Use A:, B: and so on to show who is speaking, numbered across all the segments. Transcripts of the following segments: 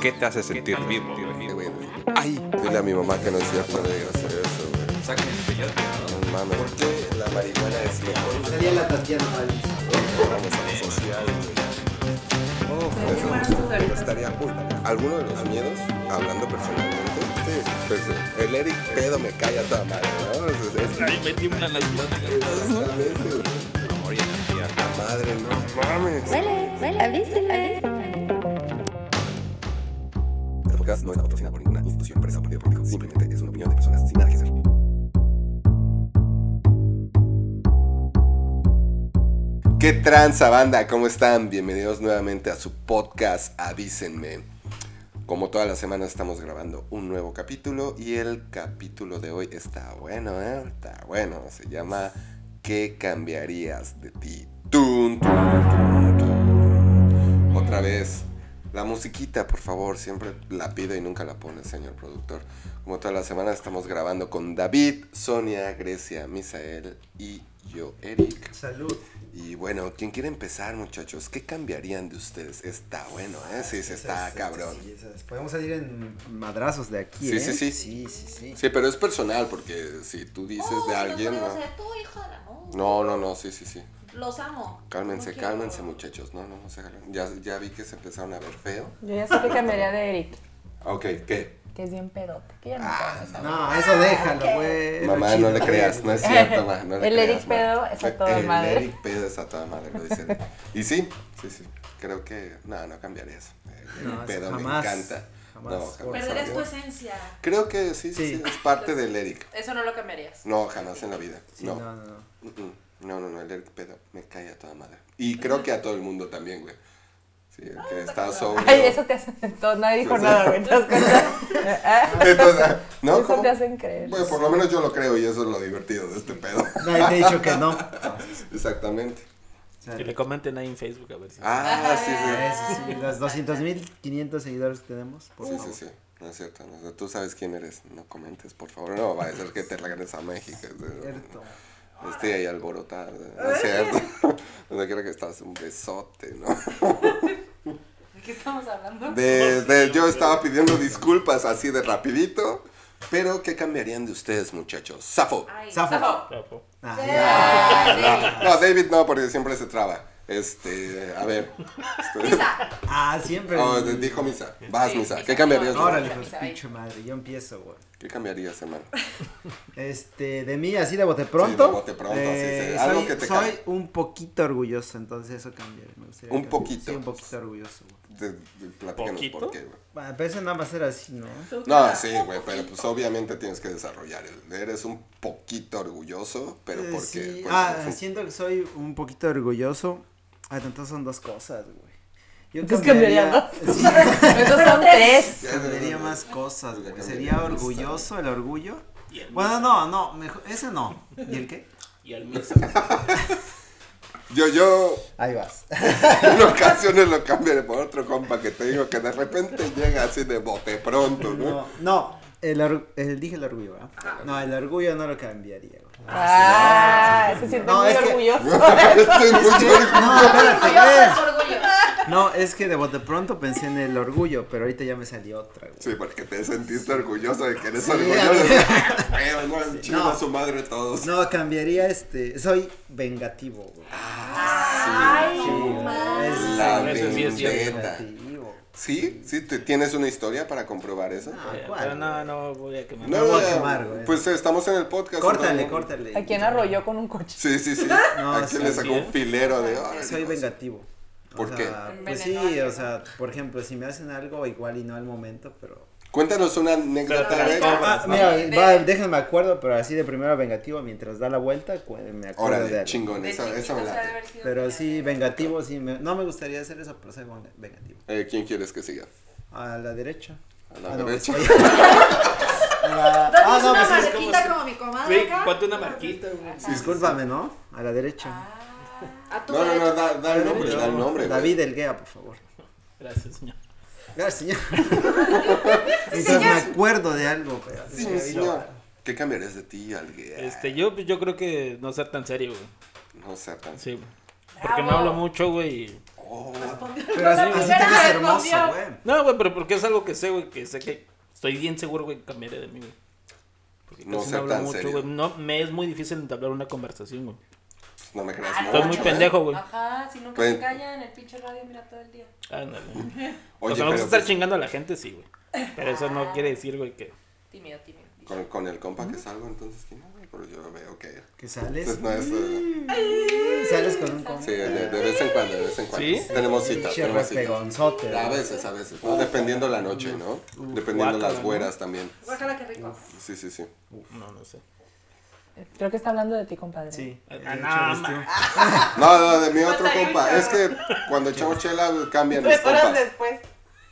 A: ¿Qué te hace sentir vivo?
B: Ay, dile a mi mamá que no es cierto, no digas eso, güey.
A: Sáquenme el peyote.
B: No mames. ¿Por qué la marihuana es mejor?
C: Sería la Tatiana Paris.
B: Vamos a lo social, güey. Eso, eso estaría cool. ¿Alguno de los miedos, hablando personalmente? Sí, pues el Eric pedo me cae a toda madre, ¿no? Es- es- es-
D: Ahí me tiemblan las pláticas.
B: Exactamente, güey.
A: Amor y energía.
B: Madre, no mames.
E: Huele, huele, avísenme.
B: Este podcast no es patrocinado por ninguna institución, empresa o partido político. Simplemente es una opinión de personas sin nada que hacer. ¿Qué tranza, banda? ¿Cómo están? Bienvenidos nuevamente a su podcast Avísenme. Como todas las semanas estamos grabando un nuevo capítulo y el capítulo de hoy está bueno, ¿eh? Está bueno. Se llama ¿Qué cambiarías de ti? Tun, tun, tun, tun. Otra vez, la musiquita, por favor. Siempre la pido y nunca la pone, señor productor. Como todas las semanas estamos grabando con David, Sonia, Grecia, Misael y yo, Eric.
C: Salud.
B: Y bueno, ¿quién quiere empezar, muchachos? ¿Qué cambiarían de ustedes? Está bueno, ¿eh? Sí, sí, está
C: Esas- este,
B: cabrón.
C: sí, esas. Podemos salir en madrazos de aquí,
B: Sí,
C: ¿eh?
B: sí, sí.
C: Sí, sí, sí.
B: Sí, pero es personal, porque si tú dices de alguien,
F: No,
B: no.
F: podemos ser tú, hija de- no.
B: No, no, no, sí, sí, sí.
F: Los amo.
B: Cálmense,
F: No quiero-
B: cálmense, muchachos. No, no, no se hagan. Ya, ya vi que se empezaron a ver feo.
G: Yo ya sé que cambiaría de Eric,
B: Ok, ¿qué?
G: que es bien pedote. Que ya no conoce.
C: No, eso déjalo, güey. Es lo
B: Mamá, no
C: chido.
B: le creas, no es cierto, ma, no le
G: Eh, El
B: creas,
G: Eric
B: ma.
G: pedo es a toda
B: el
G: madre.
B: Eric pedo es a toda madre, lo dice. él. Y sí, sí, sí. Creo que. No, no cambiaría eso. El
C: No, eso
B: pedo
C: jamás,
B: me encanta.
C: jamás.
B: No, jamás.
F: Perderás tu esencia.
B: Creo que sí, sí,
C: Sí.
B: sí, es parte del Eric.
F: Eso no lo cambiarías.
B: No, jamás en la vida.
C: Sí,
B: no.
C: no,
B: Mm,
C: no, no.
B: mm. No, no, no, el Eric pedo me cae a toda madre. Y creo que a todo el mundo también, güey. Sí, el que está sobrio.
G: Ah, Ay, eso te hace todo, nadie dijo
B: Sí,
G: nada, güey. ¿te das cuenta? Ah,
B: Entonces, ¿no?
G: Eso
B: ¿Cómo?
G: te hacen creer.
B: Bueno, por lo menos yo lo creo y eso es lo divertido de este pedo.
C: Nadie te ha dicho que no. O
B: Exactamente.
C: sea,
D: Que le comenten ahí en Facebook a ver si.
B: Ah, sí, sí.
C: eso sí, los 200.500 seguidores que tenemos, por
B: Sí, sí,
C: favor.
B: sí. No es cierto. no es cierto. Tú sabes quién eres. No comentes, por favor. No, va a ser que te regreses a México.
C: Cierto.
B: Estoy ahí alborotada. No es cierto. No quiero que estás un besote, ¿no?
F: ¿De qué estamos hablando?
B: De, de- yo estaba pidiendo disculpas así de rapidito. Pero, ¿qué cambiarían de ustedes, muchachos? ¡Safo!
F: Ay,
C: Zafo.
D: Chapo.
C: Ah,
F: Ay,
B: No, David no, porque siempre se traba. Este, a ver.
F: Misa.
C: ah, siempre.
B: Oh, te dijo Misa. Vas,
F: Sí,
B: Misa.
F: Misa.
B: ¿Qué cambiarías?
F: Ahora-
C: Órale, pues,
F: Ahí.
C: pinche madre. Yo empiezo, güey.
B: ¿Qué cambiarías, hermano?
C: Este, de mí, así de bote pronto.
B: Sí,
C: Eh,
B: de bote pronto, sí, sí.
C: soy,
B: Algo que te
C: soy
B: cae.
C: un poquito orgulloso, entonces eso cambia. Me gustaría
B: Un
C: cambiar.
B: poquito.
C: Sí, un poquito orgulloso, güey.
B: De- de- platícanos
D: ¿Poquito?
B: por qué, güey.
C: Bueno, pero eso nada más era así, ¿no?
B: No, sí, güey, pero pues obviamente tienes que desarrollar. el- Eres un poquito orgulloso, pero
C: Eh,
B: porque.
C: sí.
B: pues,
C: ah,
B: es un-
C: siento que soy un poquito orgulloso. Ah, entonces son dos cosas, güey. Yo
G: Entonces cambiaría
C: cambiaría- sí,
G: Esos son tres.
C: cambiaría más cosas, güey.
B: Cambiaría
C: Sería
B: más
C: orgulloso, el orgullo.
D: Y el
C: Bueno, no, no, mejor, ese no. ¿Y el qué?
D: Y al mismo.
B: Yo, yo,
C: Ahí vas.
B: en ocasiones lo cambiaré por otro compa que te digo que de repente llega así de bote pronto, ¿no?
C: No, no, el or- el- dije el orgullo, ¿verdad?
D: Ah.
C: No, el orgullo no lo cambiaría, güey.
G: Ah, se siente
C: No,
G: muy
C: es que-
G: orgulloso.
B: Estoy muy orgulloso.
C: No, espérate,
F: Orgulloso,
C: güey.
F: orgullo.
C: No, es que de bote pronto pensé en el orgullo, pero ahorita ya me salió otra, güey.
B: Sí, porque te sentiste orgulloso de que eres
C: Sí,
B: orgulloso.
C: a
B: Güey, no, en chinga
C: No.
B: a su madre todos.
C: No, cambiaría este. Soy vengativo, güey.
F: Ay,
C: Sí, güey. Es
B: La
D: Bueno, eso sí es cierto.
B: vendetta.
C: vengativo.
B: ¿Sí? ¿Sí? ¿Te- ¿Tienes una historia para comprobar eso?
C: Ah, ¿cuál,
D: Pero no,
C: güey?
D: no voy a quemar.
C: me voy a
B: ya,
C: quemar, güey.
B: Pues estamos en el podcast.
C: Córtale,
B: entonces, ¿no?
C: córtale.
G: ¿A quién arrolló con un coche?
B: Sí, sí, sí.
C: No,
B: Aquí
C: sí,
B: le
C: sí,
B: sacó un
D: ¿eh?
B: filero de. "Órale,
C: Soy
B: no sé".
C: vengativo. O
B: ¿Por
C: sea,
F: qué?
C: Pues
F: Envenenó
C: sí,
F: a
C: o
F: alguien,
C: sea, por ejemplo, si me hacen algo, igual y no al momento, pero. Ah,
B: Cuéntanos una anécdota,
D: Pero te las
B: güey.
D: cobras, ¿no?
C: Mira,
F: Ve.
C: va, déjenme acuerdo, pero así de primero vengativo, mientras da la vuelta, cu- me acuerdo de
B: Órale,
C: algo.
B: chingón, esa, esa me late.
C: Pero sí, vengativo, sí, me- no me gustaría hacer eso, pero soy ven- vengativo.
B: Eh, ¿Quién quieres que siga?
C: A la derecha.
B: A la
C: Ah, no,
B: derecha.
C: pues, oye. Ah, ah, no,
F: una
C: pues es como
F: marquita
C: si-
F: como mi comadre.
D: Sí,
F: acá.
D: ponte una marquita, güey.
C: Discúlpame, ¿no? A la derecha.
F: A tu
B: No, no, no,
F: derecha.
B: da, da el nombre, da el nombre. güey.
C: David Elguea, por favor.
D: Gracias, señor.
C: Gracias, señor. Mientras me acuerdo de algo, pero.
B: Sí, señor. ¿Qué cambiarías de ti, alguien?
D: Este, yo, yo creo que no ser tan serio, güey.
B: No ser tan...
D: Sí, güey. Porque no
F: Bravo.
D: hablo mucho, güey. y-
C: Pero así, así te ves hermoso, güey.
D: No, güey, pero porque es algo que sé, güey, que sé que estoy bien seguro, güey, que cambiaré de mí, güey. Porque
B: No
D: casi
B: ser
D: hablo
B: tan serio.
D: güey. Pues, No, me es muy difícil entablar una conversación, güey.
B: No me creas
F: Ah,
B: mucho.
D: Estoy muy
B: ¿eh?
D: pendejo, güey.
F: Ajá, si nunca
B: Pues-
F: se callan, el pinche radio mira todo el día.
D: Ándale.
B: Oye,
D: o sea, no gusta
B: pero
D: estar
B: pues,
D: chingando a la gente, sí, güey. Pero eso no quiere decir, güey, que.
F: Tímido, tímido. dice.
B: pues, con, con el compa que salgo, entonces, ¿qué? No, pero yo veo que...
C: Que sales.
B: Entonces no es... eh,
C: Sales con un compa.
B: sí, de, de vez en cuando, de vez en cuando.
D: ¿Sí?
B: Tenemos cita,
C: Pinche
B: tenemos cita.
C: repegonzote,
B: A
C: güey.
B: veces, a veces. ¿no? Dependiendo la noche, ¿no? Dependiendo
D: guácala,
B: las
D: ¿no?
B: güeras también.
F: Guácala, qué rico.
B: Sí, sí, sí.
D: No, no sé.
G: Eh, Creo que está hablando de ti, compadre.
C: Sí.
D: Ah,
C: de
D: no,
C: hecho,
D: ma-
C: eres tú.
B: No, no, de mi otro
F: Cuenta y
B: compa.
F: lucha.
B: Es que cuando echamos chela güey, cambian mis
G: Tres horas
B: compas.
G: después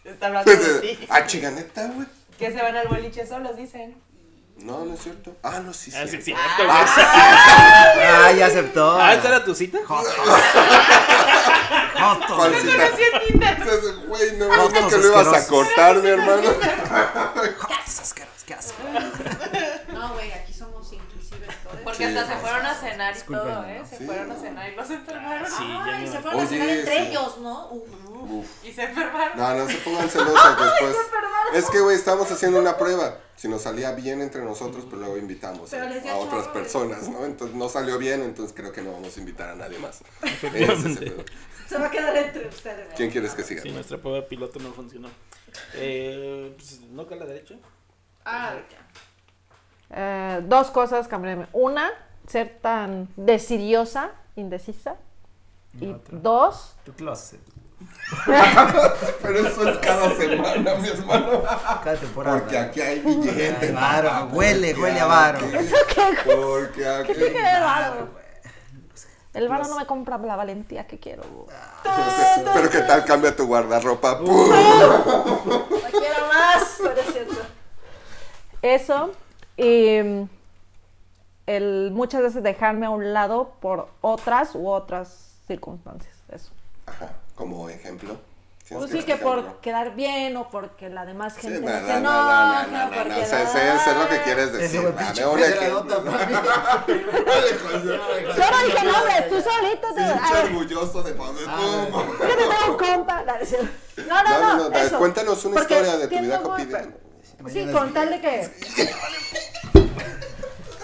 G: está hablando de
B: Entonces,
G: ti.
B: ah, chinganeta, güey.
G: Que se van al boliche solos, dicen.
B: No, no es cierto. Ah, no, sí,
D: Ah,
B: sí.
D: sí, es cierto, güey. Ah,
C: Ah, ya aceptó.
D: ¿esa era tu cita?
C: Joto.
B: ¿Cuál cita? Entonces, güey,
F: Ah,
B: no mames que lo ibas a
C: asquerosos.
B: cortar, mi hermano.
C: Qué asco.
F: No, güey, aquí somos inclusives todos.
B: Sí,
F: Porque hasta se
B: no,
F: fueron a cenar y todo,
C: Discúlpenme,
F: ¿eh?
C: ¿no?
F: Se
B: Sí,
F: fueron a
B: no.
F: cenar y los enfermaron.
D: Sí, ya
F: Ay,
D: no.
F: se fueron a
B: Oye,
F: cenar entre
B: sí.
F: ellos, ¿no? Uf.
B: Uf.
F: Y se enfermaron.
B: No, no se pongan celosos después. Es que, güey, estamos haciendo una prueba. Si nos salía bien entre nosotros, pues luego invitamos
F: Pero
B: a,
F: les dio
B: a otras
F: chorro, güey.
B: personas, ¿no? Entonces no salió bien, entonces creo que no vamos a invitar a nadie más. Ese es el pedo.
F: Se va a quedar entre ustedes. ¿eh?
B: ¿Quién quieres que siga?
D: Sí, nuestra prueba de piloto no funcionó. Eh, pues, ¿No que a la derecha?
F: Ah, ya.
H: Eh, dos cosas cambiaría. Una, ser tan decidiosa, indecisa. Y dos,
C: Tu closet.
B: Pero eso es cada semana, mi hermano.
C: Cada temporada.
B: Porque aquí hay billetes.
C: Varo, huele, huele a varo.
B: Porque aquí.
H: el varo no me compra la valentía que quiero.
B: Pero qué tal cambia tu guardarropa. ¡Pum!
F: No quiero más. Pero es cierto.
H: Eso. Y mm, el muchas veces dejarme a un lado por otras u otras circunstancias. Eso.
B: Ajá, como ejemplo. Tienes
H: Pues sí, que
B: explicarlo.
H: por quedar bien o porque la demás
B: Sí,
H: gente
B: no,
H: se
B: no, no,
H: enoja,
B: no, no, no, no,
H: porque
B: sé,
H: la-
B: sé, sé lo que quieres
C: Ese
B: decir.
C: güey,
B: Dame
C: pinche
B: un ejemplo.
C: pedradota, mami.
H: Yo no dije nombre, tú solito te. a
B: Pinche
H: ver,
B: orgulloso de poder.
C: Ah,
H: yo te tengo un compa. No, es cierto. no, no.
B: No, no, no, da-
H: eso.
B: cuéntanos una
H: Porque
B: historia de tu vida
H: tiendo muy-
B: cotidiana.
H: Sí, con tal de que.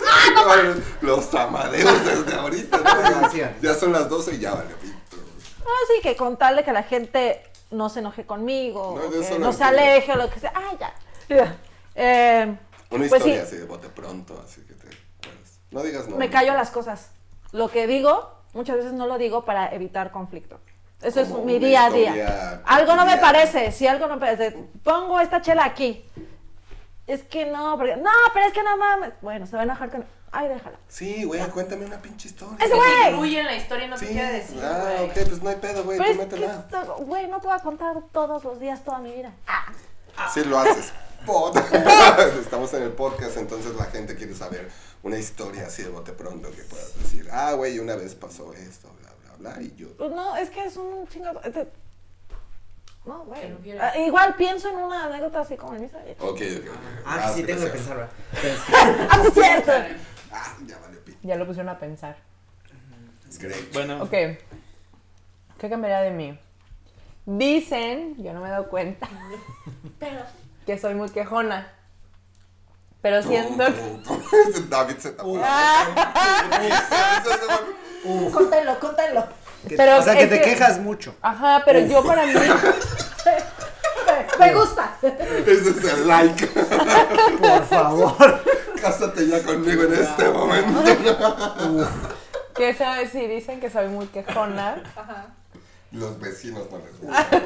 H: Ah,
B: Los amadeos desde ahorita. ¿no?
C: Gracias.
B: Ya son las 12 y ya vale. pito.
H: No, Ah, sí, que con tal de que la gente no se enoje conmigo,
B: No,
H: o
B: de eso
H: que
B: no
H: no se
B: entiendo.
H: aleje o lo que sea. Ah, ya. Ya. Eh,
B: Una
H: pues
B: historia
H: sí,
B: así de bote pronto, así que te acuerdas. No digas no.
H: me callo las cosas. Lo que digo, muchas veces no lo digo para evitar conflicto. Eso es
B: Como
H: mi
B: una
H: día a día.
B: historia
H: Algo no me
B: cotidiana.
H: parece, si algo no me parece, pongo esta chela aquí. Es que no, porque, no, pero es que no mames. Bueno, se va a enojar con... Ay, déjala.
B: Sí, güey, cuéntame una pinche historia.
H: Ese
F: Que te
H: güey.
F: incluye en la historia y no te
B: Sí.
F: quiere decir,
B: Ah,
F: güey.
B: ok, pues no hay pedo, güey,
H: Pero
B: tú
H: es que,
B: métela.
H: esto- güey, no te voy a contar todos los días toda mi vida.
B: Sí lo haces. Pod- Estamos en el podcast, entonces la gente quiere saber una historia así de bote pronto que puedas decir, ah, güey, una vez pasó esto, bla, bla, bla, y yo.
H: Pues no, es que es un chingado. este- No,
F: Que
H: güey.
F: no quieres.
H: Ah, igual pienso en una anécdota así como el misa.
B: Ok, ok, ok.
C: Ah, sí, tengo que
B: gracias.
C: pensar, ¿verdad?
H: ¡Ah, sí, es cierto!
B: Ah, ya vale, pi.
G: Ya lo pusieron a pensar.
B: Great.
D: Bueno,
G: Ok. ¿Qué cambiaría de mí? Dicen, yo no me he dado cuenta, que soy muy quejona. Pero siento que...
B: David se tapó.
H: Cóntenlo, cóntenlo.
C: Que-
G: Pero
C: o sea,
G: es
C: que te
G: que-
C: quejas mucho.
G: Ajá, pero yo para mí...
H: Me gusta.
B: Ese es el like.
C: Por favor.
B: Cásate ya conmigo en este momento.
G: Que sabes, si dicen que soy muy quejona.
B: Los vecinos no les gustan.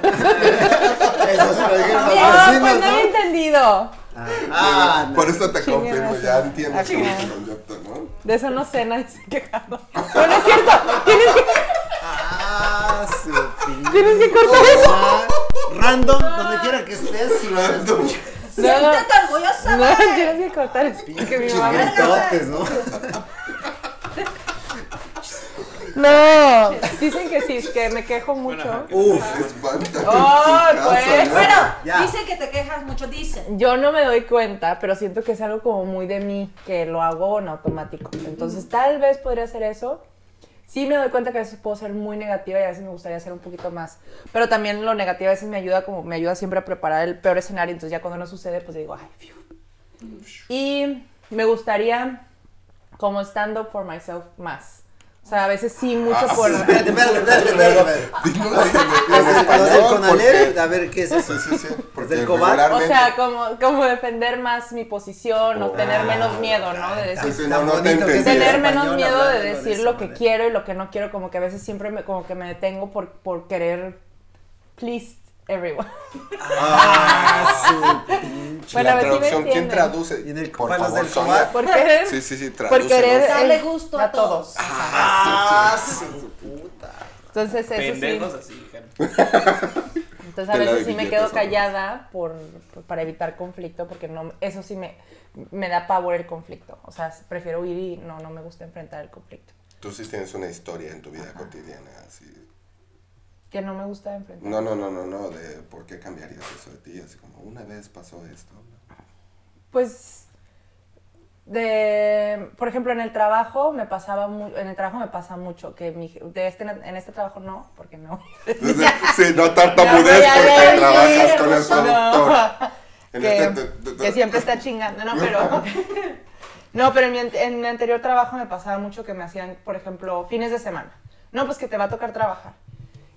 C: Eso se lo dijeron los
G: Ah, pues
C: vecinos,
G: no he
C: ¿no?
G: entendido.
C: Ah, no.
B: Por eso te confirmo,
G: Chingada.
B: ya entiendo tu
G: Ajá.
B: concepto, ¿no?
G: De eso no sé, nadie se ha quejado. No, no es cierto. Tienes que,
C: Ah, su pin-
G: tienes que cortar eso.
C: Ah, Random, donde quiera que estés, si lo
B: Random.
G: No,
F: Siéntete orgullosa,
G: no,
F: güey.
G: tienes que cortar eso. Que mi mamá...
C: Chinguetotes, ¿no?
H: No. Dicen que sí, que me quejo mucho.
B: Uf, espanta.
H: Ay,
B: Tu
H: pues,
B: ¿no?
F: Bueno,
C: Ya.
F: dice que te quejas mucho, dice.
H: Yo no me doy cuenta, pero siento que es algo como muy de mí, que lo hago en automático. Entonces, tal vez podría ser eso. Sí me doy cuenta que a veces puedo ser muy negativa y a veces me gustaría ser un poquito más. Pero también lo negativo a veces me ayuda, como me ayuda siempre a preparar el peor escenario. Entonces, ya cuando no sucede, pues digo, ay, fiu. Y me gustaría como stand up for myself más. O sea, a veces sí mucho
B: Ah,
H: por...
B: sí.
C: Espérate, espérate, espérate, espérate, espérate.
B: Dilo en- en
C: Los del- los del
B: español,
C: Conalep,
B: porque-
C: a ver, ¿qué es eso?
B: Sí, sí, sí. Porque
C: del Cobalt?
H: O
B: regularmente-
H: sea, como, como defender más mi posición o tener
B: Ah,
H: menos miedo, ¿no? De decir,
B: sí, sí, no, no te
C: bonito que
B: entendí.
C: es el
H: tener
C: español
H: menos miedo de
C: hablándolo de
H: decir
C: esa
H: lo que
C: manera.
H: quiero y lo que no quiero, como que a veces siempre me, como que me detengo por, por querer please everyone.
C: Ah, su pinche.
H: Bueno,
B: la
H: a ver si me
B: traducción, ¿quién
H: entienden.
B: traduce?
C: Y en el-
B: Por
C: para los
B: favor,
C: del
B: Sonia.
H: Por querer,
B: Sí, sí, sí,
H: por querer
B: tradúcenos.
F: Darle
H: eh,
F: gusto a todos.
C: Ah, su puta.
H: Entonces eso
D: Pendejos
H: sí.
D: así, hija.
H: Entonces a
B: Te la
H: veces sí me
B: billetes,
H: quedo
B: amor.
H: callada por, por- para evitar conflicto porque no eso sí me, me da pavor el conflicto. O sea, prefiero huir y no no me gusta enfrentar el conflicto.
B: Tú sí tienes una historia en tu vida cotidiana, así.
H: Que no me gusta enfrentar.
B: No, no, no, no, no, de por qué cambiarías eso de ti, así como una vez pasó esto.
H: Pues de por ejemplo en el trabajo me pasaba mu- en el trabajo me pasa mucho que mi, je- de este en este trabajo no porque no
B: Entonces, sí, no
H: No voy
B: tartamudez
H: a
B: porque
H: decir,
B: trabajas con el
H: no.
B: productor. En
H: que,
B: este- te- te-
H: que siempre está chingando no pero no pero en mi, an- en mi anterior trabajo me pasaba mucho que me hacían por ejemplo fines de semana no pues que te va a tocar trabajar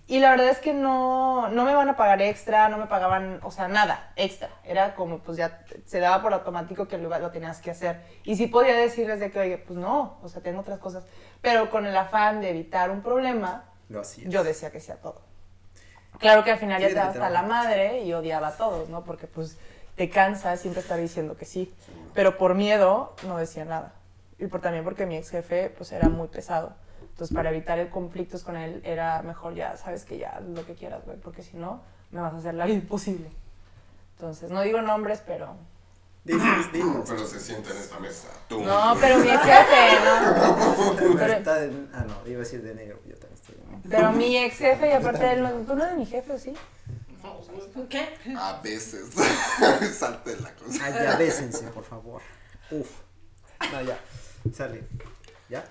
H: y la verdad es que no no me van a pagar extra no me pagaban o sea nada extra era como pues ya se daba por automático que lo, iba- lo tenías que hacer y sí podía decirles de que oye pues no o sea tengo otras cosas pero con el afán de evitar un problema
C: Lo hacía.
H: yo decía que sea todo. Claro que al final ya
C: Sí,
H: estaba
C: te
H: hasta la madre y odiaba a todos, ¿no? Porque pues te cansa siempre estar diciendo que sí. Pero por miedo no decía nada. Y por, también porque mi ex jefe pues era muy pesado. Entonces para evitar el conflictos con él era mejor ya, sabes que ya haz lo que quieras, güey, porque si no me vas a hacer la vida imposible. Entonces, no digo nombres, pero...
C: Dinos, dinos.
B: Pero se sienta en esta mesa. Tú.
H: No, pero mi ex jefe, no. Pero-
C: Está de- ah, no, iba a decir de negro. Yo también estoy de negro.
H: Pero mi ex jefe, y aparte de él, no- tú no de mi jefe, ¿o ¿sí?
F: ¿Qué?
B: A veces. Salte la cosa.
C: Ah, ya, bésense, por favor. Uf. No, ya. Sale. ¿Ya?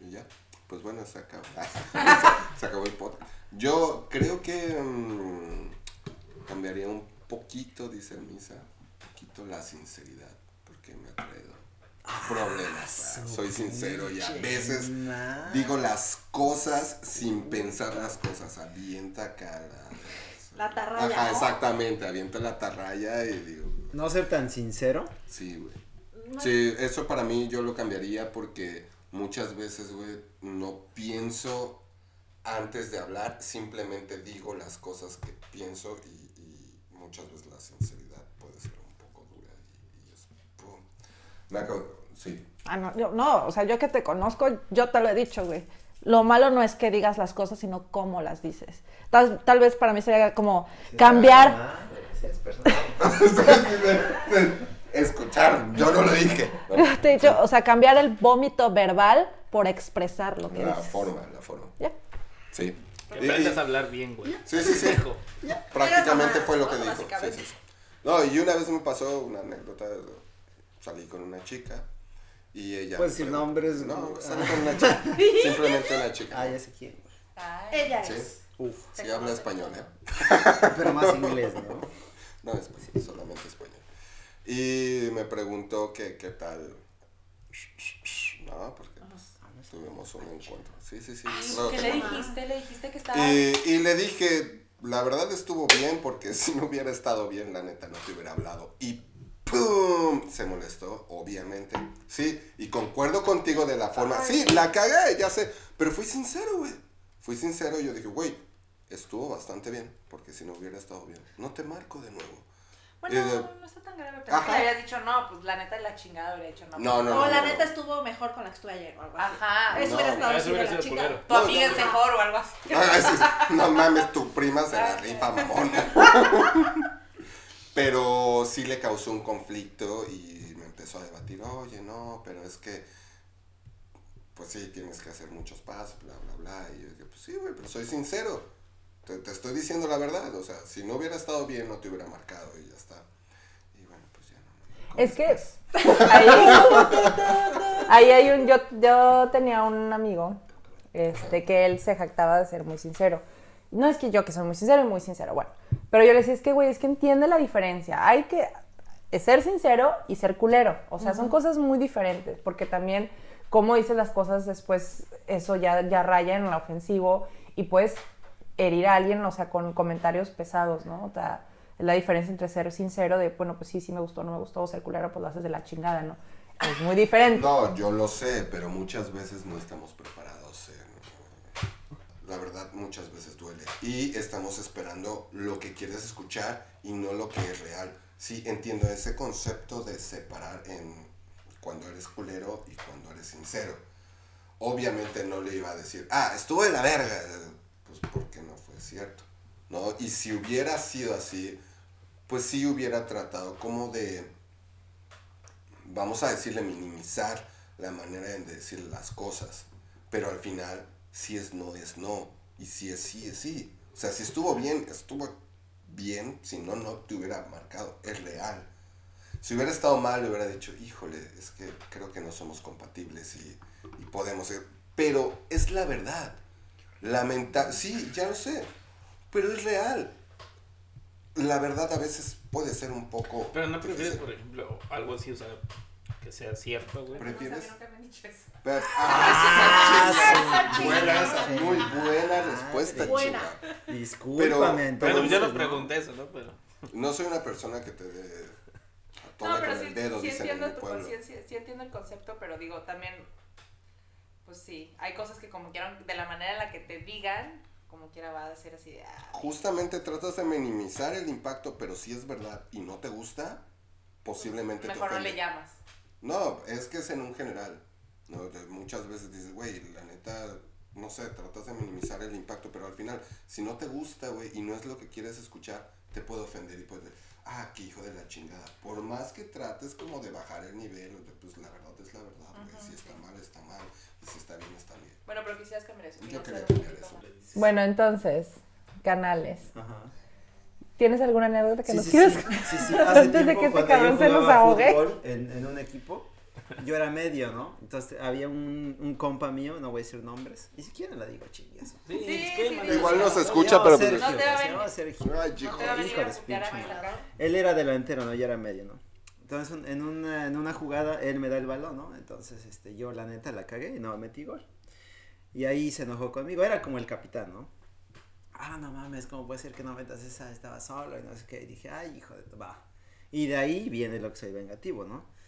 B: Y ya. Pues bueno, se acabó. se acabó el podcast. Yo creo que mm, cambiaría un poquito, dice Misa, un poquito la sinceridad, porque me ha traído problemas. ¿verdad? Soy sincero y a veces
C: Ah, madre.
B: digo las cosas sin pensar las cosas. Avienta acá la...
F: La tarraya,
B: Ajá,
F: ¿no?
B: exactamente. Avienta la tarraya y digo...
C: No ser tan sincero.
B: Sí, güey. Sí, eso para mí yo lo cambiaría porque muchas veces, güey, no pienso antes de hablar, simplemente digo las cosas que pienso y, y muchas veces la sinceridad puede ser un poco dura y, y es... pum. Me acabo- sí.
I: Ah, no, yo- no, o sea, yo que te conozco, yo te lo he dicho, güey. Lo malo no es que digas las cosas, sino cómo las dices. Tal, tal vez para mí sería como cambiar.
B: ah,
C: Madre, sí, es personal.
B: Escucharon, yo no lo dije.
I: Yo te he dicho, o sea, cambiar el vómito verbal por expresar lo que
B: La
I: dices.
B: forma, la forma.
I: Ya.
B: Sí.
D: Que
B: Y- y-
D: aprendas a hablar bien, güey.
B: Sí, sí, sí.
D: Hijo.
B: Prácticamente fue lo que
F: ¿no?
B: dijo. Sí,
F: Básicamente.
B: sí, sí. No, y una vez me pasó una anécdota. Salí con una chica y ella.
C: Puedes decir
B: preguntó-
C: Pues nombres,
B: No,
C: güey.
B: salí con una chica. Simplemente una chica.
C: Ah, ya sé quién. güey.
F: Ella
B: Sí.
F: es.
C: Uf.
B: Sí, habla español, ¿eh?
C: Pero más inglés, ¿no?
B: No, español, solamente español. Y me preguntó que qué tal. No, porque
F: Ah,
B: pues, tuvimos un encuentro. Sí, sí, sí. Luego
J: ¿Qué
B: te
J: le
B: cuento.
J: dijiste? Le dijiste que estaba.
B: Y, y le dije, la verdad estuvo bien porque si no hubiera estado bien, la neta, no te hubiera hablado. Y ¡pum! Se molestó, obviamente. Sí, y concuerdo contigo de la forma. Sí, la cagué, ya sé. Pero fui sincero, güey. Fui sincero y yo dije, güey, estuvo bastante bien porque si no hubiera estado bien, no te marco de nuevo.
J: Bueno,
B: y de-
J: no está tan grave. Pensé
B: eh, Ajá.
J: que le habías dicho no, pues la neta de la chingada habría dicho no.
B: No, no, no.
F: No, la
B: no,
F: neta
B: no.
F: estuvo mejor con la que estuve ayer o algo así.
J: Ajá.
F: Eso
B: No,
F: hubiera estado
D: Ah, eso
F: así de
D: hubiera
F: la
D: sido
F: chica.
D: culero.
J: Tu
B: No,
J: amiga
B: no,
J: es
B: no.
J: mejor o algo así.
B: No, ese es- Ah, no mames, tu prima se la rifa, mamón. Pero sí le causó un conflicto y me empezó a debatir, oye, no, pero es que pues sí, tienes que hacer muchos pasos, bla, bla, bla. Y yo dije, pues sí, güey, pero soy sincero. Te, te estoy diciendo la verdad. O sea, si no hubiera estado bien, no te hubiera marcado y ya está. Y bueno, pues ya no. no
H: Es que ahí, ahí hay un yo, yo tenía un amigo este que él se jactaba de ser muy sincero. No es que yo que soy muy sincero y muy sincero, bueno, pero yo le decía, es que güey, es que entiende la diferencia. Hay que ser sincero y ser culero, o sea, son cosas muy diferentes, porque también cómo dices las cosas después eso ya ya raya en lo ofensivo y puedes herir a alguien, o sea, con comentarios pesados, ¿no? O sea, la diferencia entre ser sincero de, bueno, pues sí, sí me gustó, no me gustó, o ser culero, pues lo haces de la chingada, ¿no? Es muy diferente.
B: No, yo lo sé, pero muchas veces no estamos preparados. en- La verdad, muchas veces duele. Y estamos esperando lo que quieres escuchar y no lo que es real. Sí, entiendo ese concepto de separar en cuando eres culero y cuando eres sincero. Obviamente no le iba a decir, ah, estuvo de la verga. Pues porque no fue cierto. ¿No? Y si hubiera sido así, pues sí hubiera tratado como de vamos a decirle minimizar la manera de decir las cosas, pero al final si es no es no y si es sí es sí. O sea, si estuvo bien, estuvo bien, si no no te hubiera marcado, es real. Si hubiera estado mal, le hubiera dicho, híjole, es que creo que no somos compatibles y, y podemos ir. Pero es la verdad. Lamenta sí, ya lo sé, pero es real. La verdad a veces puede ser un poco...
D: Pero no prefieres,
B: difícil.
D: por ejemplo, algo así, o sea, que sea cierto, güey.
B: Pre-
K: No
B: ¿Prefieres?
K: sabía, nunca me han dicho eso.
B: Pero-
C: Ah, sí.
B: Buena esa, muy buena
C: Madre.
K: Ah,
B: respuesta,
F: Buena.
B: chica.
C: Discúlpame,
B: Pero-
D: Bueno,
C: entonces.
D: yo no
C: ¿no?
D: pregunté eso, ¿no? Pero.
B: No soy una persona que te dé a toda
K: No, pero
B: con
K: sí,
B: el dedo,
K: sí
B: dicen en
K: entiendo
B: mi
K: tu
B: pueblo.
K: conciencia, sí entiendo el concepto, pero digo, también, pues sí, hay cosas que como quieran, de la manera en la que te digan, como quiera va a ser así de, ah,
B: Justamente tratas de minimizar el impacto, pero si es verdad y no te gusta, posiblemente te
K: mejor no
B: ofende.
K: le llamas.
B: No, es que es en un general. ¿no? De- muchas veces dices, güey, la neta, no sé, tratas de minimizar el impacto, pero al final, si no te gusta, güey, y no es lo que quieres escuchar, te puede ofender y puedes decir, ah, qué hijo de la chingada. Por más que trates como de bajar el nivel, o de, pues la verdad es la verdad, güey. Si está mal, está mal. Y si está bien, está bien.
K: Bueno, pero quisieras cambiar eso. quería
B: Yo quería
K: saber un
B: cambiar
K: poquito
B: eso.
K: más.
H: Bueno, entonces, canales.
C: Ajá.
H: ¿Tienes alguna anécdota que
C: Sí,
H: nos
C: sí,
H: quieras
C: sí,
H: contar?
C: sí, sí. Hace
H: antes de
C: tiempo,
H: que este
C: cuando yo
H: cabrón se nos
C: jugaba
H: ahogue?
C: fútbol En, en un equipo, yo era medio, ¿no? Entonces había un, un compa mío, no voy a decir nombres, ni siquiera la digo chingas.
D: Sí,
K: Sí,
D: es que,
K: sí,
D: man,
K: sí.
B: Igual no se
C: Se
B: escucha,
C: llama
B: pero. pues
C: Sergio,
K: No te va a
C: se
K: venir.
C: llama Sergio.
B: Ay,
K: No
B: hijo.
K: te va a venir
C: Hijo
K: a
C: de
K: putear a
C: pinche
K: mi lado.
C: Él era delantero, ¿no? Yo era medio, ¿no? Entonces un- en una, en una jugada él me da el balón, ¿no? Entonces este, yo la neta la cagué y no metí gol. Y ahí se enojó conmigo, era como el capitán, ¿no? Ah, no mames, ¿cómo puede ser que no metas esa? Estaba solo y no sé qué. Y dije, ay, hijo de... tu- Va. Y de ahí viene lo que soy vengativo, ¿no?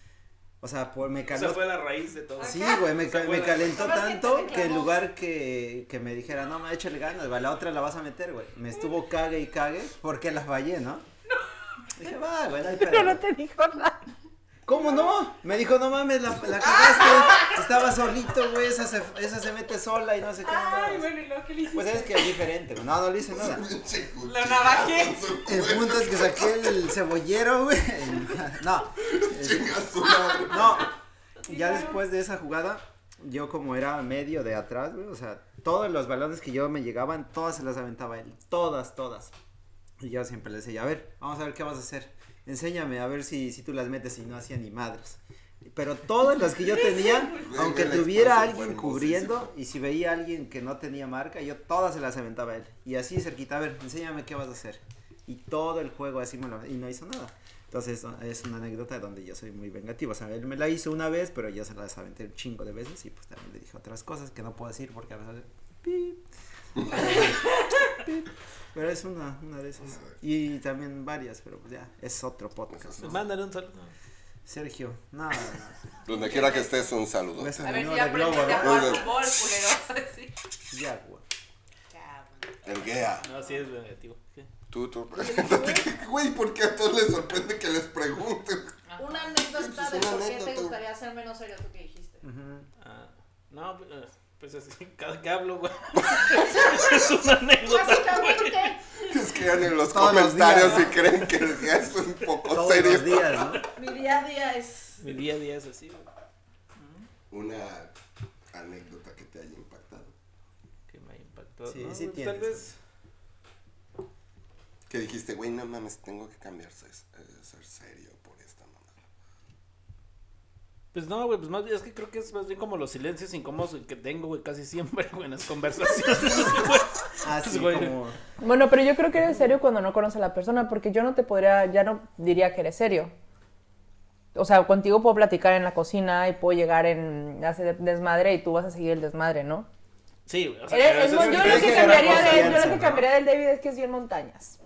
C: O sea, por, me caló
D: Esa fue la raíz de todo.
C: Pues Sí, güey, me, ca-
D: fue
C: me
D: la-
C: calentó
K: Nomás que te
C: tanto que en
K: reclamó.
C: lugar que, que me dijera, no, me échale ganas, güey, la otra la vas a meter, güey. Me estuvo cague y cague porque la fallé, ¿no? Dije, va, güey, no hay pedo".
H: Pero no te dijo nada.
C: ¿Cómo no? Me dijo, no mames, la, la cagaste. Estaba solito, güey, esa se, esa se mete sola y no sé qué.
K: Ay,
C: mamadas".
K: bueno, ¿y luego qué le hiciste?
C: Pues es que es diferente, güey. No, no le hice nada.
B: Pinche
K: Lo
B: cuchillo.
K: navajé.
C: El punto es que saqué el cebollero, güey. No.
B: Chinga su madre.
C: No, ya después de esa jugada, yo como era medio de atrás, güey, o sea, todos los balones que yo me llegaban, todas se las aventaba él, todas, todas. Y yo siempre le decía, a ver, vamos a ver qué vas a hacer, enséñame a ver si, si tú las metes y no hacía ni madres. Pero todas las que yo tenía, aunque
B: la
C: tuviera
B: expansión fue
C: alguien
B: hermosísima.
C: cubriendo y si veía a alguien que no tenía marca, yo todas se las aventaba a él. Y así cerquita, a ver, enséñame qué vas a hacer. Y todo el juego así me lo... Y no hizo nada. Entonces es una anécdota donde yo soy muy vengativo. O sea, él me la hizo una vez, pero yo se las aventé un chingo de veces y pues también le dije otras cosas que no puedo decir porque a veces... pip, pip. Pero es una, una de esas. Y también varias, pero pues ya, es otro podcast.
D: Pues Mándale un saludo.
C: Sergio, no, no, no.
B: Donde quiera que estés, un saludo.
C: Beso en
K: A
C: el
K: ver si
C: nudo
K: ya
C: de globo,
K: aprendiste a
C: ¿no?
K: jugar
B: Bueno.
K: fútbol, culero. Sí.
C: Ya, güey.
K: Ya, bueno.
B: El guea.
D: No, sí es negativo. ¿Qué?
B: Tú, tú. Güey, ¿por qué a todos les sorprende que les pregunte?
F: Una anécdota
B: Es
F: de
B: una
F: por qué
B: anécdota.
F: te gustaría ser menos serio tú que dijiste.
D: Ah, no, pues, eh, pues así, cada que hablo, güey. es una anécdota, güey.
F: Básicamente,
B: Escriban en los
C: Todos los
B: comentarios
C: días,
B: si creen que el guía es un poco
C: Todos
B: serio.
C: los días, ¿no?
F: mi día a día es
D: Mi día a día es así, güey.
B: Una anécdota que te haya impactado?
D: Que me haya impactado.
C: Sí,
D: No,
C: sí
D: pues,
C: tienes.
D: Tal vez.
B: Que dijiste, güey, no mames, tengo que cambiar, ser, eh, ser serio por esta mamada.
D: Pues no, güey, pues más bien, es que creo que es más bien como los silencios incómodos que tengo, güey, casi siempre, güey, en las conversaciones, güey.
C: Así
D: Güey.
C: como.
H: Bueno, pero yo creo que eres serio cuando no conoces a la persona, porque yo no te podría, ya no diría que eres serio. O sea, contigo puedo platicar en la cocina y puedo llegar en hacer desmadre y tú vas a seguir el desmadre, ¿no?
D: Sí, güey. O sea,
H: Eres-
D: pero
H: Eh, es
D: eso
H: mon-
D: es-
H: yo
D: pero
H: lo
D: eso
H: que
D: es
H: cambiaría
D: otra cosa,
H: de,
D: ya.
H: yo lo
C: ¿no?
H: que cambiaría del David es que es bien montañas.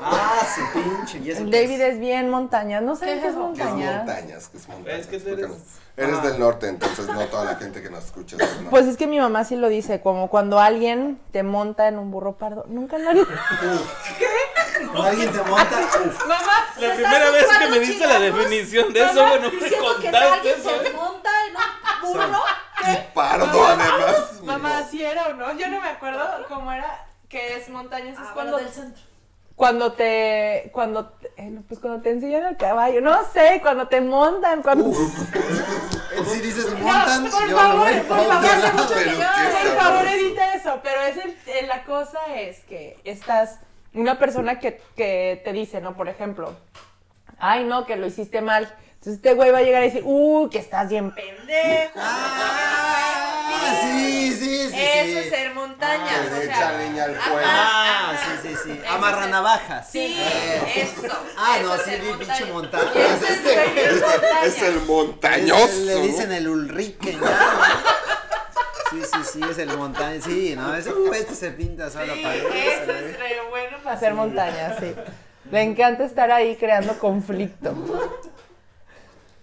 C: Ah, su pinche. ¿Y eso
H: El
C: qué
H: David es bien montañas, no
K: ¿Qué
H: sé
K: es
H: qué es
K: eso?
B: Que es
H: montañas.
B: montañas, que es montañas.
D: Es que tú
B: ¿por qué
D: eres-
B: no? Eres
C: Ah.
B: del norte, entonces no toda la gente que nos escucha es del norte.
H: Pues es que mi mamá sí lo dice, como cuando alguien te monta en un burro pardo. Nunca nadie.
C: Cuando alguien te monta, uf.
K: Mamá,
D: La primera vez que me diste la definición de eso, güey, no me contaste eso,
K: se
D: güey.
K: monta en un burro.
B: Y pardo, además.
G: Mamá,
B: mijo.
G: ¿sí era o no? Yo no me acuerdo cómo era que es montañas. Es
K: Ah, bueno,
G: cuando,
K: del centro.
H: Cuando te. Cuando. te- eh, Pues cuando te enseñan el caballo. No sé, cuando te montan. Cuando,
B: Si dices montan,
G: por
B: yo
G: favor,
B: voy
G: por favor, hace
B: montan,
G: mucho que
B: pero
G: yo-
B: qué
G: Por favor,
B: sabroso.
G: evita eso. Pero es el- eh, la cosa es que estás.
H: una persona que, que te dice, ¿no? Por ejemplo, ay, no, que lo hiciste mal. Entonces este güey va a llegar a decir, uy, que estás bien pendejo.
C: Ah, sí, sí, Ah, sí. sí.
K: Eso es ser montaña.
B: Que
K: o
B: le
K: sea,
B: echa leña al fuego.
C: Ah, sí, sí, sí. Amarra navajas.
K: Sí, eso.
C: Ah,
K: eso
C: no,
K: es
C: sí,
K: ser
C: vi
K: montaña.
C: pinche montaña.
K: Eso es ser bien montaña.
B: Es el montañoso.
C: Le dicen el Ulrique, ya. ¿no? Sí, sí, sí, es el montaña. Sí, no, es, uh, este se pinta solo
K: Sí,
C: para
K: eso es re bueno para
H: Hacer montaña, sí. Le encanta estar ahí creando conflicto.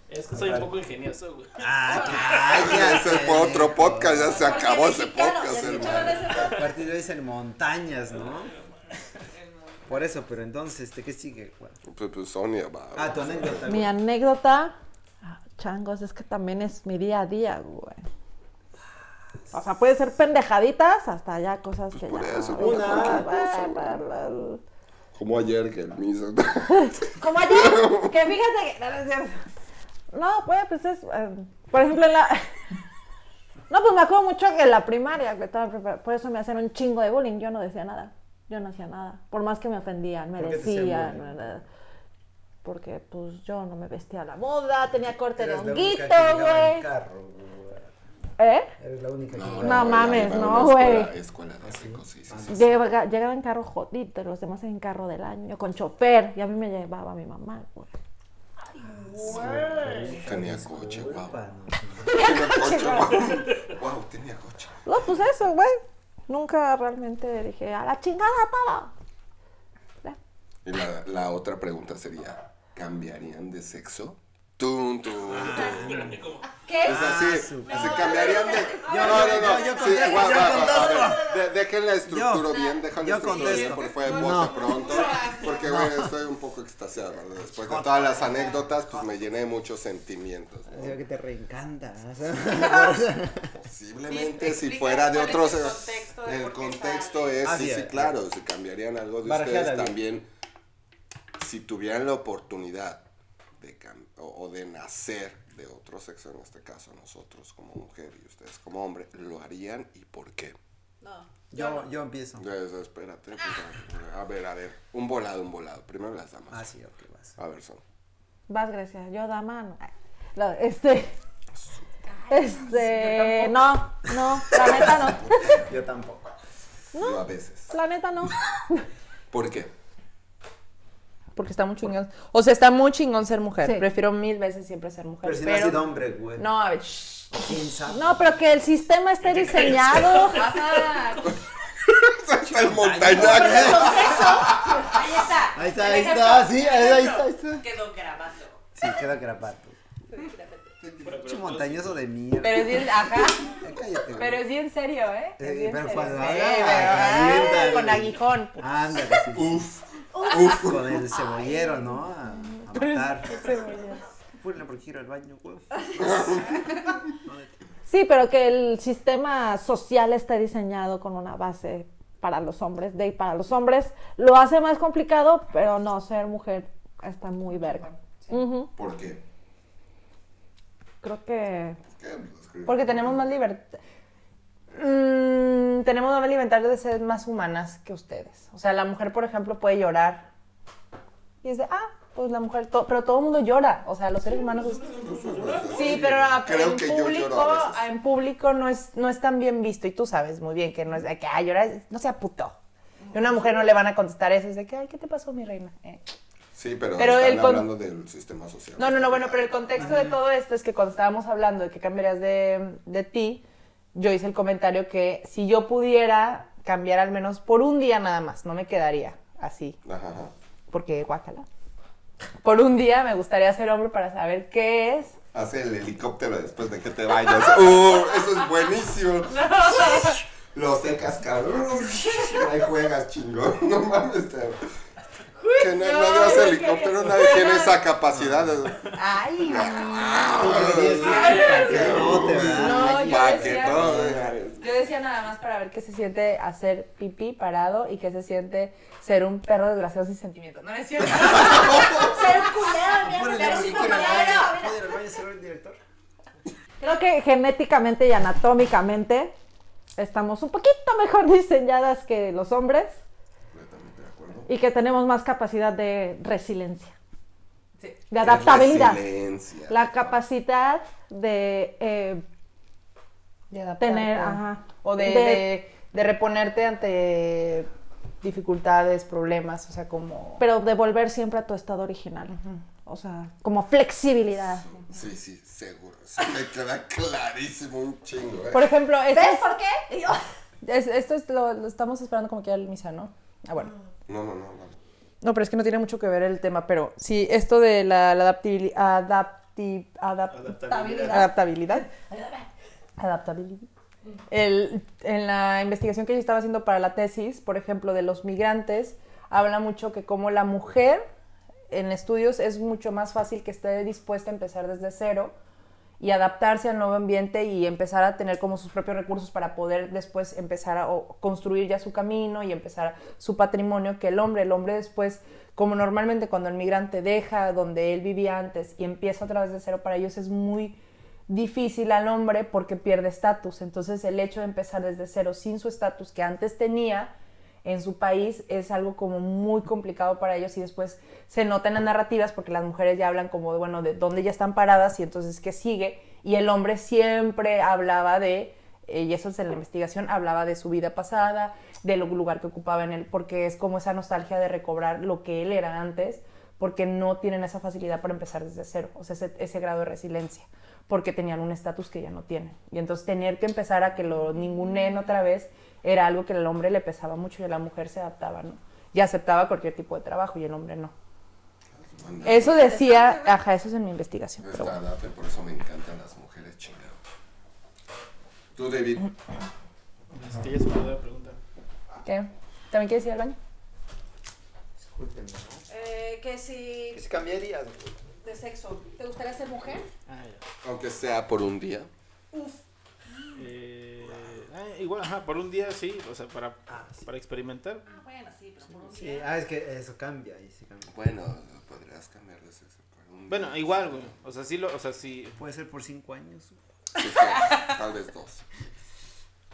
D: Es que soy un poco ingenioso, güey.
C: Ah,
B: Ay,
C: cállate.
B: ese fue otro
C: viejo.
B: podcast, ya se
K: Porque
B: acabó ese
K: mexicano,
B: podcast,
K: ¿ya
B: hermano.
K: escucharon ese
C: A partir de hoy es el montañas, ¿no? Por eso, pero entonces, este, ¿qué sigue? Juan?
B: Pues, pues, Sonia, va.
C: Ah, tu anécdota.
H: Mi
C: güey.
H: anécdota, ah, changos, es que también es mi día a día, güey. O sea, puede ser pendejaditas hasta ya cosas que
B: Pues por
H: ya...
B: eso,
H: güey,
B: una,
H: porque-
B: cosa, Como ayer que el miso.
H: Como ayer, que fíjate que... no, no es cierto. No, pues, pues es... eh, por ejemplo, en la... No, pues me acuerdo mucho que en la primaria, que estaba en prepa- por eso me hacían un chingo de bullying, yo no decía nada, yo no hacía nada, por más que me ofendían, me
C: ¿Por qué te hacían
H: decían,
C: bullying?
H: eh, porque pues yo no me vestía a la moda, tenía corte de
C: Eras la
H: honguito,
C: única que llegaba en
H: güey.
C: carro, güey.
H: ¿Eh?
C: Eres la única que
H: No mames, no, güey.
B: Escuela de ricos, sí, sí, sí.
H: Llegaba, llegaba en carro jodito, los demás en carro del año, con chofer, y a mí me llevaba mi mamá, güey.
B: Tenía coche, wow.
C: Disculpa, ¿no?
B: Tenía coche, wow. Wow, tenía coche.
H: No, pues eso, güey. Nunca realmente dije, a la chingada todo.
B: Y la, la otra pregunta sería, ¿cambiarían de sexo? Tum, tum, tum.
K: ¿Qué?
B: Es así,
C: Ah,
B: se cambiarían de...
C: Yo-
B: no, no,
C: yo-
B: no,
C: yo- yo
B: sí,
C: contesto,
B: va,
C: yo
B: va, va, a
C: contesto.
B: ver, de- dejen la estructura
C: Yo-
B: bien, dejen la
C: yo
B: estructura bien,
C: contesto.
B: porque fue en
C: No.
B: bote pronto, porque güey, estoy un poco extasiado, ¿verdad? Después de todas las anécdotas, pues me llené de muchos sentimientos. ¿no?
C: Digo que te reencanta. ¿no?
B: Posiblemente
K: Explica
B: si fuera de
K: cuál es
B: otros.
K: el contexto de
B: El
K: por qué
B: contexto
K: sale.
B: es,
C: Así
B: sí, sí,
C: es.
B: claro, si cambiarían algo de
C: Barajala
B: ustedes
C: bien.
B: también, si tuvieran la oportunidad de cam- o, o de nacer de otro sexo, en este caso nosotros como mujer y ustedes como hombre, ¿lo harían y por qué?
K: No.
C: yo, yo empiezo.
B: Entonces, espérate, pues, a a ver, a ver, un volado, un volado, primero las damas.
C: Ah, sí, ok, vas.
B: A ver, son.
H: Vas, Grecia, yo da mano. Ay, No, este. Este. No, no, la neta no.
C: Yo tampoco.
B: Yo a veces.
H: La neta no.
B: ¿Por qué?
H: Porque está muy chingón. O sea, está muy chingón ser mujer.
G: Sí.
H: Prefiero mil veces siempre ser mujer.
C: Pero si no has sido hombre, güey.
H: No, a ver, shh.
C: ¿Quién sabe?
H: No, pero que el sistema esté diseñado.
K: Ajá.
B: Está el montañaje.
K: Ahí está.
C: Ahí está,
K: El
C: ahí
K: ejemplo,
C: está, sí, ahí, ahí está, ahí
K: ejemplo.
C: está.
K: Quedó grabado.
C: Sí, queda grapato. Pinche montañoso de mierda.
G: Pero es bien, ajá,
C: Eh, Cállate, güey.
G: pero es bien serio, ¿eh? Es
C: Eh,
G: bien
C: pero
G: serio.
C: cuando
G: Sí,
C: habla,
G: pero,
C: calienta,
G: ah,
C: güey.
G: con aguijón.
C: Ándale, sí, sí. Uf. Uf. Con el cebollero, ¿no? A, a matar. Ponle porque quiero al baño, güey.
H: Sí, pero que el sistema social esté diseñado con una base para los hombres, de para los hombres lo hace más complicado, pero no, ser mujer está muy verga. Ujú.
B: ¿Por qué?
H: Creo que
B: ¿Qué? Pues, escribir.
H: Porque tenemos más libertad. Mm, tenemos más libertad de ser más humanas que ustedes. O sea, la mujer, por ejemplo, puede llorar. Y es de, ah, pues la mujer, to- pero todo el mundo llora. O sea, los seres humanos.
B: pues,
H: es- Sí, pero a-
B: Creo
H: en,
B: que yo lloro
H: público,
B: a veces.
H: a- en público no es, no es tan bien visto. Y tú sabes muy bien que no es de que, ay, llorar, es- no sea puto. Y a una mujer no le van a contestar eso. Es de que, ay, ¿qué te pasó, mi reina? Eh.
B: Sí, pero,
H: Pero
B: están
H: el con-
B: hablando del sistema social.
H: No, no, no, bueno, pero el contexto de todo esto es que cuando estábamos hablando de qué cambiarías de, de ti, yo hice el comentario que si yo pudiera cambiar al menos por un día nada más, no me quedaría así,
B: Ajá, ajá.
H: porque guácala. Por un día me gustaría ser hombre para saber qué es.
B: Hace el helicóptero después de que te bañas. ¡Uh! Eso es buenísimo. Lo secas, cabrón. Ahí juegas, chingón. No mames, te... Que no, nadie hace helicóptero, nadie tiene esa capacidad.
H: Ay, No, yo
B: Paquetón.
H: yo decía nada más para ver qué se siente hacer pipí parado y qué se siente ser un perro desgraciado sin sentimiento. No es cierto.
F: Ser culero, mira,
C: Bueno,
F: eres
C: sí,
F: un
C: quiero ir al baño.
F: culero.
C: ¿Puedo ir al baño, señor director?
L: Creo que genéticamente y anatómicamente estamos un poquito mejor diseñadas que los hombres
B: Completamente de acuerdo.
L: y que tenemos más capacidad de resiliencia,
K: Sí.
L: de adaptabilidad,
B: Resiliencia.
L: la capacidad de eh,
H: De adaptarte.
L: tener, ajá,
H: O de, de- de reponerte ante dificultades, problemas, o sea, como...
L: pero de volver siempre a tu estado original, o sea, como flexibilidad.
B: Sí, sí, seguro. Se me queda clarísimo un chingo. ¿eh?
H: Por ejemplo, esto
F: ¿Ves
H: es,
F: por qué? Y yo-
H: es- esto es lo, lo estamos esperando como que ya el misa, ¿no? Ah, bueno.
B: No, no, no. no.
H: No, pero es que no tiene mucho que ver el tema, pero sí, esto de la, la adaptabili- adapti- adap-
D: Adaptabilidad.
H: adaptabilidad. Adaptabilidad. El- en la investigación que yo estaba haciendo para la tesis, por ejemplo, de los migrantes, habla mucho que como la mujer en estudios es mucho más fácil que esté dispuesta a empezar desde cero y adaptarse al nuevo ambiente y empezar a tener como sus propios recursos para poder después empezar a o, construir ya su camino y empezar su patrimonio que el hombre, el hombre después, como normalmente cuando el migrante deja donde él vivía antes y empieza otra vez de cero, para ellos es muy difícil al hombre porque pierde estatus. Entonces el hecho de empezar desde cero sin su estatus que antes tenía en su país es algo como muy complicado para ellos y después se notan las narrativas porque las mujeres ya hablan como de, bueno, de dónde ya están paradas y entonces qué sigue. Y el hombre siempre hablaba de, eh, y eso es en la investigación, hablaba de su vida pasada, del lugar que ocupaba en él, porque es como esa nostalgia de recobrar lo que él era antes, porque no tienen esa facilidad para empezar desde cero, o sea, ese, ese grado de resiliencia porque tenían un estatus que ya no tienen. Y entonces tener que empezar a que lo ningunen otra vez era algo que al hombre le pesaba mucho y a la mujer se adaptaba, ¿no? Y aceptaba cualquier tipo de trabajo y el hombre no.
B: Anda.
H: Eso decía, ajá, eso es en mi investigación. pero
B: Está
H: bueno.
B: date, por eso me encantan las mujeres chingadas. Tú, David.
D: Este, ya se me olvidó la pregunta.
H: ¿Qué? ¿También quieres ir al baño?
C: Discúlpenme.
F: Eh, que si
C: ¿Qué se cambiaría?
F: de sexo, ¿te gustaría ser mujer?
D: Ah, ya.
B: Aunque sea por un día.
D: Eh, ah, igual, ajá, por un día sí, o sea, para,
C: Ah,
D: para experimentar.
F: Ah, bueno, sí, pero por un
C: Sí,
F: día.
C: ah, es que eso cambia. Y sí cambia.
B: Bueno, podrías cambiar de sexo por un día.
D: Bueno, igual, güey. O sea, sí, lo, o sea, sí.
C: Puede ser por cinco años.
B: Sí, sí, Tal vez dos.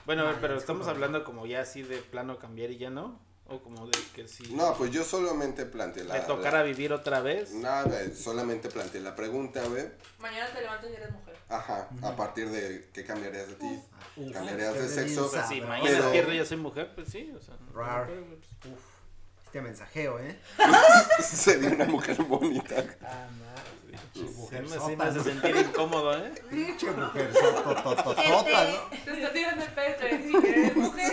D: Bueno,
B: Ah,
D: a ver, pero estamos hablando como ya así de plano cambiar y ya no. O como de que si
B: No, pues yo solamente planteé la.
D: te tocara vivir otra vez.
B: Nada, solamente planteé la pregunta, güey.
K: Mañana te levantas y eres mujer.
B: Ajá, a partir de qué cambiarías de ti. Cambiarías de
C: Uf.
B: sexo.
D: O sea, si
C: Ah,
D: mañana
B: pero-
D: pierdo y ya soy mujer, pues sí, o sea. no-
C: Rar.
D: no, pues,
C: Uf. Este mensajeo, ¿eh?
B: Sería una mujer bonita.
C: Ah, madre.
D: sí me- sí me hace sentir incómodo, ¿eh?
C: Pinche mujer. ¿no?
F: Gente,
K: Te está tirando el pedo y te dice que eres mujer.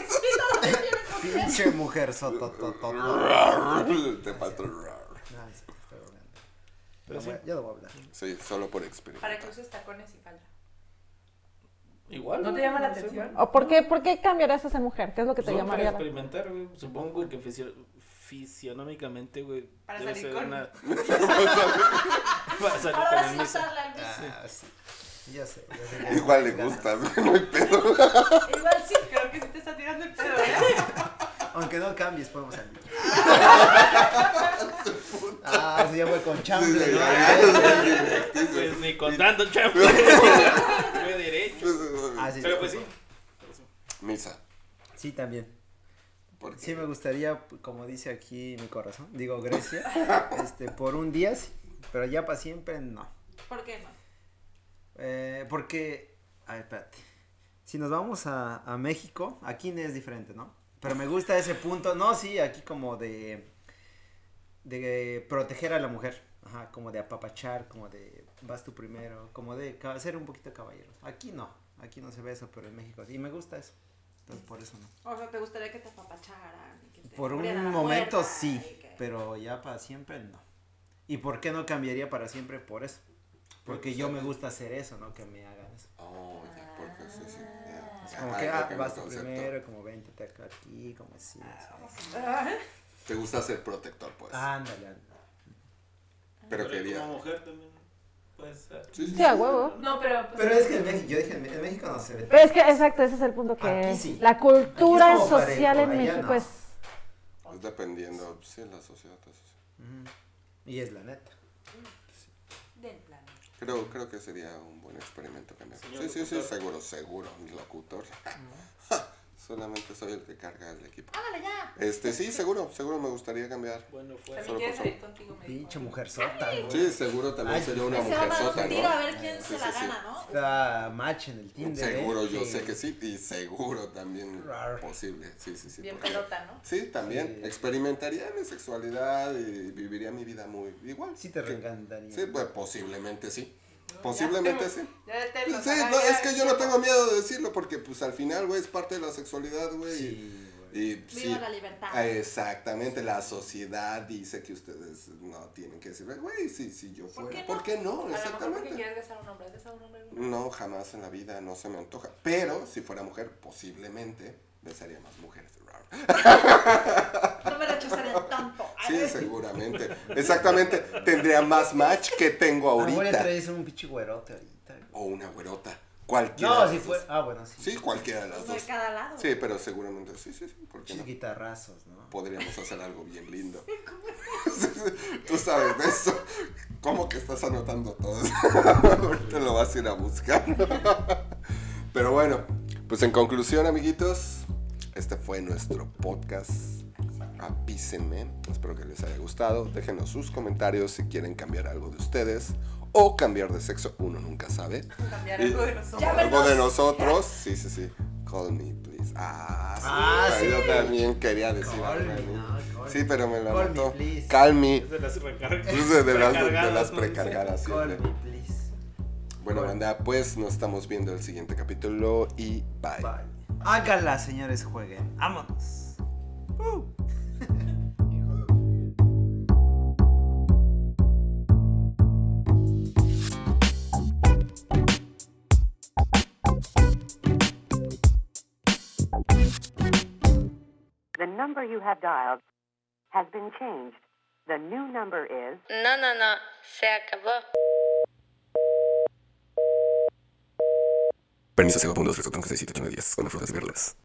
C: Pinche mujer. sotototota.
B: Te faltó. rar.
C: Ay, sí, estoy hablando.
D: Pero
C: No
D: sí,
C: voy a- Yo no voy a hablar.
B: Sí, solo
K: Para
B: por
K: que
B: experiencia.
K: uses tacones y falda.
D: Igual.
K: ¿No te
D: güey,
K: llama la
D: sé,
K: atención?
D: güey.
L: ¿O por qué, por qué cambiarías a ser mujer? ¿Qué es lo que
D: Pues
L: te
D: solo
L: llamaría?
D: Para
L: la-
D: experimentar, güey. Supongo que fisio- fisionómicamente, güey.
K: Para
D: debe
K: salir
D: ser
K: con-
D: una. para salir con
F: Ahora
D: el
F: sí
D: miso.
F: usarla al mismo.
C: Ah, sí. Ya sé. Ya sé que-
B: Igual le gustas, güey, no hay pedo.
K: Igual sí, creo que sí te está tirando el pedo, ¿eh?
C: Aunque no cambies, podemos salir. ah, eso ya fue con chambre, ¿no?
D: Pues ni contando, chaval. derecho.
C: Ah, sí.
D: Pero pues sí.
B: Misa.
C: Sí, también.
B: ¿Por
C: Sí, me gustaría, como dice aquí mi corazón, digo Grecia, este, por un día, sí, pero ya para siempre no.
K: ¿Por qué no?
C: Eh, porque, a ver, espérate. Si nos vamos a, a México, aquí no es diferente, ¿no? Pero me gusta ese punto, no, sí, aquí como de, de proteger a la mujer, ajá, como de apapachar, como de vas tú primero, como de ca- ser un poquito caballero. Aquí no, aquí no se ve eso, pero en México sí, y me gusta eso. Entonces, por eso no.
K: O sea, ¿te gustaría que te apapacharan? y que te
C: Por
K: abrieran la
C: un momento
K: puerta
C: sí,
K: y que-
C: pero ya para siempre no. ¿Y por qué no cambiaría para siempre? Por eso. Porque yo me gusta hacer eso, ¿no? Que me hagan eso.
B: Oh, ya, porque sí, sí. ya.
C: Es como
B: Ajá,
C: que
B: ya
C: ah,
B: cambió
C: vas
B: el
C: tú
B: concepto. Ah,
C: primero, como ven, te acá aquí, como así. así.
B: Te gusta ser protector, pues.
C: Ándale, ándale.
B: pero quería.
D: Como mujer también. Puede ser.
B: Sí, sí.
L: Sí, a huevo.
K: No, pero. pues,
C: Pero es que en México, yo dije, en en México no se ve.
L: Pero es que, exacto, ese es el punto que
C: Aquí
L: es.
C: sí.
L: La cultura
C: Aquí es como
L: social
C: parejo,
L: en
C: allá
L: México
C: no.
L: es
B: Es dependiendo, sí, la sociedad. la sociedad.
C: Ujú. Y es la neta.
K: Del plan.
B: Creo, creo que sería un buen experimento cambiar.
D: Señor
B: Sí, sí, sí,
D: locutor.
B: seguro, seguro, mi locutor. Solamente soy el que carga el equipo.
K: Ándale ya.
B: Este, sí, seguro, seguro me gustaría cambiar.
D: Bueno, fue.
K: También
B: Solo
K: quieres
B: por
K: salir contigo, me dijo.
C: Pinche mujer sota,
B: Sí, seguro también
C: Ay,
B: sería una
K: Se van a dar
B: mujerzota,
K: un tiro a
B: ¿no?
K: ver quién
B: Sí,
K: se
B: sí,
K: la
B: sí.
K: gana, ¿no?
C: Está match en el Tinder. ¿eh?
B: Seguro, yo
C: Sí.
B: sé que sí, y seguro también
C: Rar.
B: posible. Sí, sí, sí.
K: Bien
B: porque-
K: pelota, ¿no?
B: Sí, también.
C: Sí.
B: Experimentaría mi sexualidad y viviría mi vida muy igual.
C: Sí te
B: Que-
C: reencantaría.
B: Sí, pues posiblemente sí. Posiblemente sí.
K: Ya detente,
B: Pues sí,
K: ojalá
B: no,
K: ya-
B: es que yo no tengo miedo de decirlo porque pues al final, güey, es parte de la sexualidad, güey.
C: Sí, güey.
B: Y y,
K: Viva
B: sí,
K: la libertad.
B: ah, Exactamente, la sociedad dice que ustedes no tienen que decir, güey, si, si yo
K: ¿Por qué
B: fuera,
K: no?
B: ¿por qué no?
K: A lo mejor porque
B: Exactamente.
K: quieres besar a un hombre, besar a un hombre. alguna vez.
B: No, jamás en la vida no se me antoja. Pero si fuera mujer, posiblemente besaría más mujeres.
K: No me rechazarían tanto. Ay,
B: Sí, seguramente. Exactamente, tendría más match que tengo
C: Ahora
B: ahorita.
C: traes un pinche güerote ahorita. güey.
B: O una güerota. Cualquiera.
C: No,
B: de
C: si
B: las
C: fue.
B: dos.
C: Ah, bueno, sí.
B: Sí, cualquiera de las
K: Uno Pues de
B: dos.
K: cada lado.
B: Sí, pero seguramente sí, sí, sí. ¿Por qué
C: Pinches
B: no?
C: guitarrazos, ¿no?
B: Podríamos hacer algo bien lindo. Tú sabes de eso. ¿Cómo que estás anotando todo? Ahorita lo vas a ir a buscar. Pero bueno, pues en conclusión, amiguitos, este fue nuestro podcast. Avísenme, espero que les haya gustado. Déjenos sus comentarios si quieren cambiar algo de ustedes o cambiar de sexo, uno nunca sabe.
K: Cambiar
B: Y-
K: algo de nosotros.
B: Algo de nosotros. Sí, sí, sí. Call me, please. Ah, sí.
C: Ah, sí.
B: Yo también quería decir
C: Call
B: algo.
C: me,
B: ahí.
C: no, call
B: Sí, pero me lo
C: Call me,
B: anotó.
C: please.
B: Call me.
D: Es de las recargas.
B: Es de, de las, de
D: precargadas,
B: las
D: ¿no? Dice.
B: precargadas. sí,
C: Call
B: de-
C: me, please.
B: Bueno,
C: Call.
B: banda, pues nos estamos viendo el siguiente capítulo y bye.
C: Vale. Háganla, señores, jueguen. Vámonos.
M: The number you have dialed has been changed. The new number is
E: No, no, no, se acabó.
B: Permiso, 0.3, 10, con frutas y verlas.